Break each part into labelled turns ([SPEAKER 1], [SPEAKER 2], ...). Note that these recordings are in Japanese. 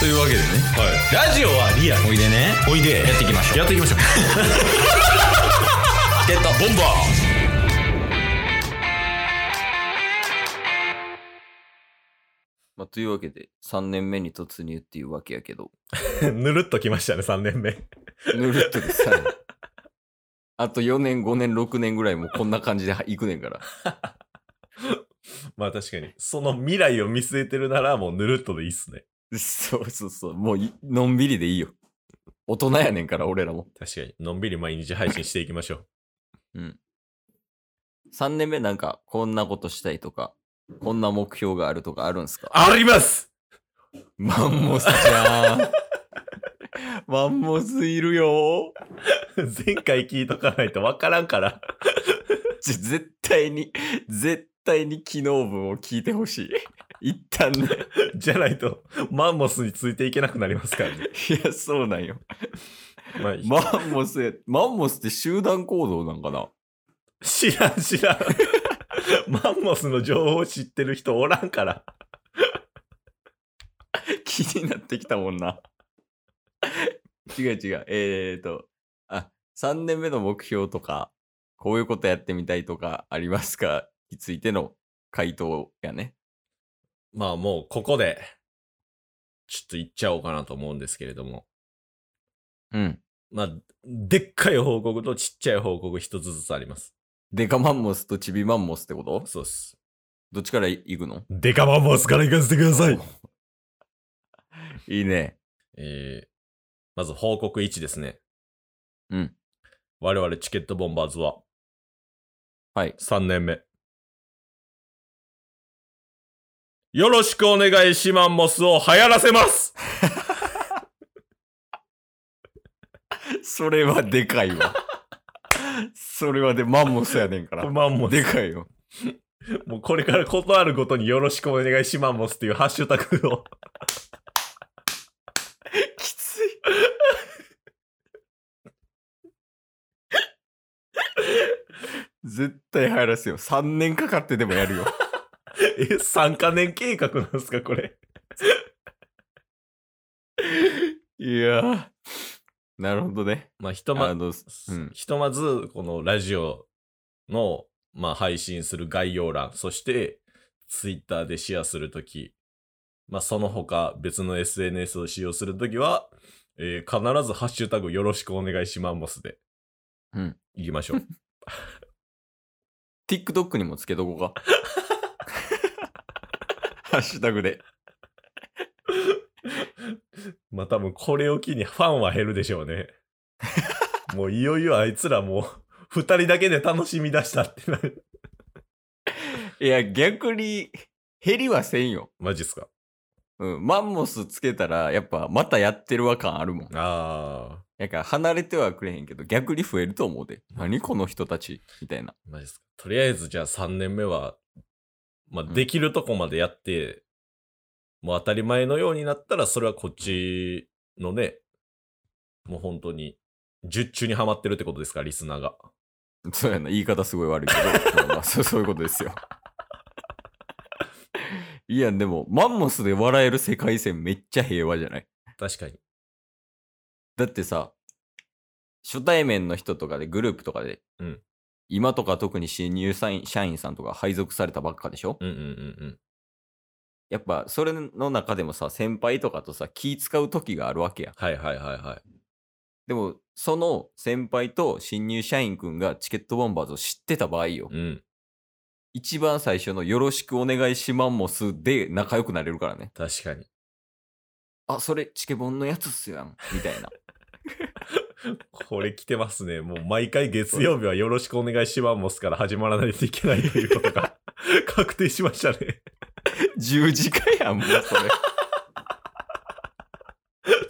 [SPEAKER 1] というわけでね
[SPEAKER 2] はい。ラジオはリアル。
[SPEAKER 1] おいでね
[SPEAKER 2] おいで。
[SPEAKER 1] やっていきましょう
[SPEAKER 2] やってい きましょう。
[SPEAKER 1] ゲットボンバまあ、というわけで3年目に突入っていうわけやけど
[SPEAKER 2] ぬるっときましたね、3年目。
[SPEAKER 1] ぬるっとでさ あと4年5年6年ぐらいもこんな感じでいくねんから
[SPEAKER 2] まあ確かに。その未来を見据えてるなら、もうぬるっとでいいっすね。
[SPEAKER 1] そうそうそうもういのんびりでいいよ大人やねんから俺らも
[SPEAKER 2] 確かに。のんびり毎日配信していきましょう。
[SPEAKER 1] 3年目なんかこんなことしたいとかこんな目標があるとかあるんすか
[SPEAKER 2] あり ます
[SPEAKER 1] マンモスじゃん マンモスいるよ
[SPEAKER 2] 前回聞いとかないとわからんから。
[SPEAKER 1] ちょ絶対に、絶対に昨日分を聞いてほしい。一旦ね。
[SPEAKER 2] じゃないと、マンモスについていけなくなりますからね。
[SPEAKER 1] いや、そうなんよ。
[SPEAKER 2] まあ、
[SPEAKER 1] マンモスや、マンモスって集団行動なんかな
[SPEAKER 2] 知らん知らん。 マンモスの情報を知ってる人おらんから。
[SPEAKER 1] 気になってきたもんな。違う違う。えーと、あ、3年目の目標とか、こういうことやってみたいとかありますかについての回答やね。
[SPEAKER 2] まあもうここで、ちょっと行っちゃおうかなと思うんですけれども。
[SPEAKER 1] うん。
[SPEAKER 2] まあ、でっかい報告とちっちゃい報告一つずつあります。
[SPEAKER 1] デカマンモスとチビマンモスってこと
[SPEAKER 2] そうっす。
[SPEAKER 1] どっちから行くの
[SPEAKER 2] デカマンモスから行かせてください。
[SPEAKER 1] いいね。
[SPEAKER 2] えー、まず報告1ですね。
[SPEAKER 1] うん。
[SPEAKER 2] 我々チケットボンバーズは
[SPEAKER 1] はい。
[SPEAKER 2] 3年目。よろしくお願いしマンモスを流行らせます
[SPEAKER 1] それはでかいわ。 それはで、マンモスやねんから。
[SPEAKER 2] マンモス。
[SPEAKER 1] でかいよ。
[SPEAKER 2] もうこれから断るごとによろしくお願いしマンモスっていうハッシュタグを。
[SPEAKER 1] きつい。絶対入らせよ。3年かかってでもやるよ。
[SPEAKER 2] え、3カ年計画なんですかこれ。
[SPEAKER 1] いやー。なるほどね。
[SPEAKER 2] まあ、ひと
[SPEAKER 1] あ
[SPEAKER 2] ま、
[SPEAKER 1] の、うん
[SPEAKER 2] ひとまず、このラジオの、まあ、配信する概要欄、そして、ツイッターでシェアするとき、まあ、その他、別の SNS を使用するときは、えー必ずハッシュタグよろしくお願いしマンモスで、
[SPEAKER 1] うん。
[SPEAKER 2] いきましょう。
[SPEAKER 1] TikTok にもつけとこう か。ハッシュタグで。
[SPEAKER 2] まあ、多分これを機にファンは減るでしょう ね。もういよいよあいつらもう、二人だけで楽しみ出したってなる。
[SPEAKER 1] いや、逆に、減りはせんよ。
[SPEAKER 2] マジっすか
[SPEAKER 1] うん。マンモスつけたら、やっぱ、またやってるわ感あるもん。
[SPEAKER 2] あ
[SPEAKER 1] なんか離れてはくれへんけど、逆に増えると思うで。何この人たちみたいな。
[SPEAKER 2] ー、マジっすか。とりあえずじゃあ3年目は、まあ、
[SPEAKER 1] うん
[SPEAKER 2] できるとこまでやって、もう当たり前のようになったら、それはこっちのね、もう本当に、術中にはまってるってことですか、リスナーが。
[SPEAKER 1] そうやな、言い方すごい悪いけ ど、まあまあそうそういうことですよ。いや、でも、マンモスで笑える世界線めっちゃ平和じゃない
[SPEAKER 2] 確かに。
[SPEAKER 1] だってさ、初対面の人とかでグループとかで、
[SPEAKER 2] うん
[SPEAKER 1] 今とか特に新入社員社員さんとか配属されたばっかでしょ、
[SPEAKER 2] うんうんうん
[SPEAKER 1] やっぱ、それの中でもさ、先輩とかとさ、気使う時があるわけや。
[SPEAKER 2] うん。はいはいはいはい。
[SPEAKER 1] でも、その先輩と新入社員くんがチケットボンバーズを知ってた場合よ。
[SPEAKER 2] うん。
[SPEAKER 1] 一番最初のよろしくお願いしまんもすで仲良くなれるからね。
[SPEAKER 2] 確かに。
[SPEAKER 1] あ、それチケボンのやつっすやん。みたいな。
[SPEAKER 2] これ来てますね。もう毎回月曜日はよろしくお願いしますモスから始まらないといけないということが 確定しましたね。
[SPEAKER 1] 十字架やん、もうそれ。
[SPEAKER 2] 確か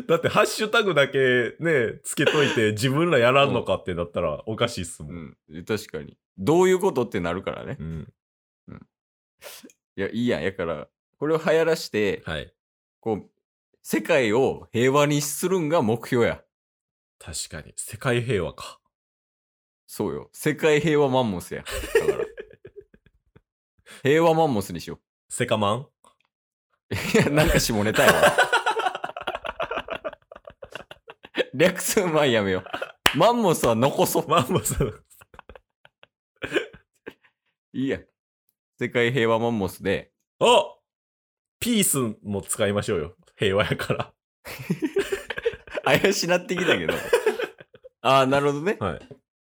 [SPEAKER 2] に。 だってハッシュタグだけね、つけとい て自分らやらんのかってなったらおかしいっすも。
[SPEAKER 1] うんん。確かに。どういうことってなるからね
[SPEAKER 2] う。ん。
[SPEAKER 1] いや、いいやん。やから、これを流行らして、
[SPEAKER 2] はい。
[SPEAKER 1] こう、世界を平和にするんが目標や。
[SPEAKER 2] 確かに。世界平和か。
[SPEAKER 1] そうよ。世界平和マンモス や。だから。平和マンモスにしよう。
[SPEAKER 2] セカマン
[SPEAKER 1] いや、なんか下ネタやわ。略すんまいやめよう。マンモスは残そう。
[SPEAKER 2] マンモス。
[SPEAKER 1] いいや。世界平和マンモスで、
[SPEAKER 2] あピースも使いましょうよ。平和やから。
[SPEAKER 1] 怪しなってきたけど。ああ、なるほどね。
[SPEAKER 2] はい。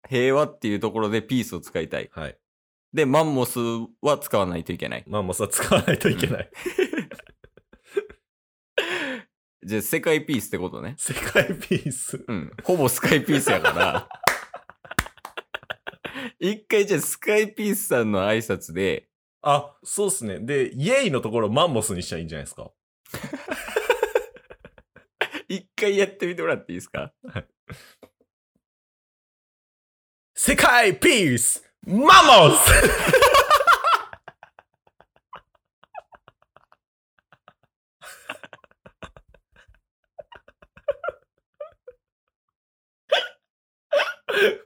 [SPEAKER 1] 平和っていうところでピースを使いたい。
[SPEAKER 2] はい。
[SPEAKER 1] で、マンモスは使わないといけない。
[SPEAKER 2] マンモスは使わないといけない。
[SPEAKER 1] じゃあ、世界ピースってことね。
[SPEAKER 2] 世界ピース。
[SPEAKER 1] うん。ほぼスカイピースやから。一回じゃあ、スカイピースさんの挨拶で、
[SPEAKER 2] あ、そうっすね。で、イエイのところマンモスにしたらいいんじゃないですか。
[SPEAKER 1] 一回やってみてもらっていいですか
[SPEAKER 2] 世界ピースマンモス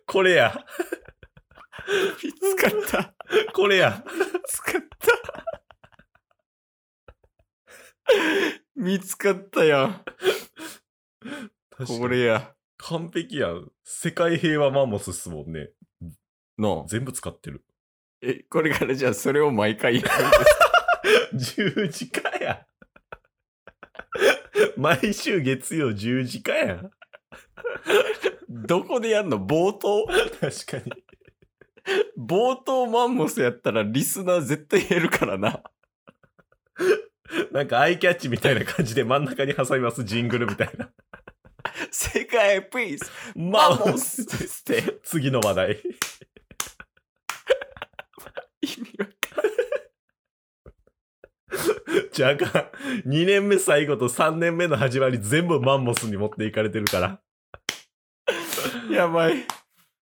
[SPEAKER 2] これや。
[SPEAKER 1] 見つかった。
[SPEAKER 2] これや。
[SPEAKER 1] 使った。見つかったやん。これや。
[SPEAKER 2] 完璧やん。世界平和マンモスっすもんね。
[SPEAKER 1] の。
[SPEAKER 2] 全部使ってる。
[SPEAKER 1] え、これからじゃあそれを毎 回やる。
[SPEAKER 2] 10時かや。毎週月曜10時かや。
[SPEAKER 1] どこでやんの冒頭
[SPEAKER 2] 確かに。
[SPEAKER 1] 冒頭マンモスやったらリスナー絶対減るからな。
[SPEAKER 2] なんかアイキャッチみたいな感じで真ん中に挟みます、ジングルみたいな。
[SPEAKER 1] 世界ピース
[SPEAKER 2] マ
[SPEAKER 1] マ
[SPEAKER 2] ン
[SPEAKER 1] ンモ
[SPEAKER 2] モ
[SPEAKER 1] ス
[SPEAKER 2] ス
[SPEAKER 1] ってって
[SPEAKER 2] 次の話題。
[SPEAKER 1] 意味わか
[SPEAKER 2] じゃああかん。2年目最後と3年目の始まり全部マンモスに持っていかれてるから。
[SPEAKER 1] んやばい。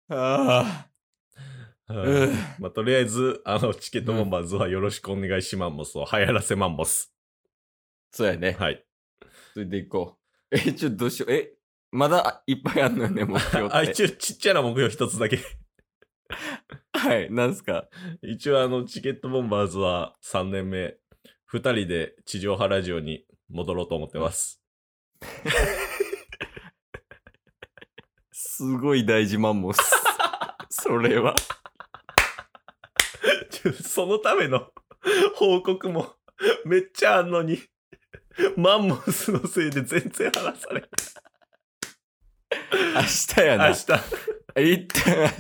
[SPEAKER 1] ああ。
[SPEAKER 2] う
[SPEAKER 1] うんん
[SPEAKER 2] まあ、とりあえず、あの、チケットボンバーズはよろしくお願いしマンモスを流行らせマンモス。
[SPEAKER 1] そうやね。
[SPEAKER 2] はい。
[SPEAKER 1] それでいこう。え、ちょっとどうしよう。え、まだいっぱいあんのよね、目標っ て。
[SPEAKER 2] あ、一応ちっちゃな目標一つだけ。
[SPEAKER 1] はい、なんすか。
[SPEAKER 2] 一応あの、チケットボンバーズは3年目、2人で地上波ラジオに戻ろうと思ってます。
[SPEAKER 1] すごい大事マ ンモス。それは。
[SPEAKER 2] ちょそのための報告もめっちゃあんのに、マンモスのせいで全然話されない。
[SPEAKER 1] 明日やな。
[SPEAKER 2] 明日、
[SPEAKER 1] 一旦明日や。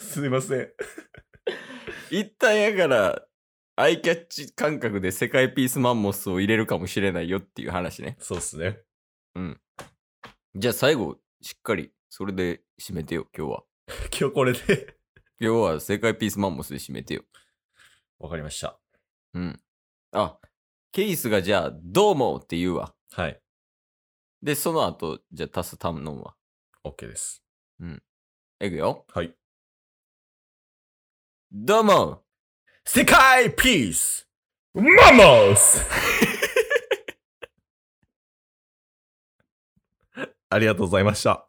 [SPEAKER 2] すいません。
[SPEAKER 1] 一旦やから、アイキャッチ感覚で世界ピースマンモスを入れるかもしれないよっていう話ね。
[SPEAKER 2] そうっすね。
[SPEAKER 1] じゃあ最後、しっかり、それで締めてよ、今日は。
[SPEAKER 2] 今日これで。
[SPEAKER 1] 今日は世界ピースマンモスで締めてよ。
[SPEAKER 2] わかりました。
[SPEAKER 1] うん。あ、ケイスがじゃあ、どうもって言うわ。
[SPEAKER 2] はい。
[SPEAKER 1] で、その後、じゃあ、足す頼むわ。
[SPEAKER 2] OK です。
[SPEAKER 1] いくよ。
[SPEAKER 2] はい。
[SPEAKER 1] どうも
[SPEAKER 2] 世界ピースマンモス ありがとうございました。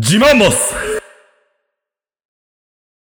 [SPEAKER 2] 自慢ます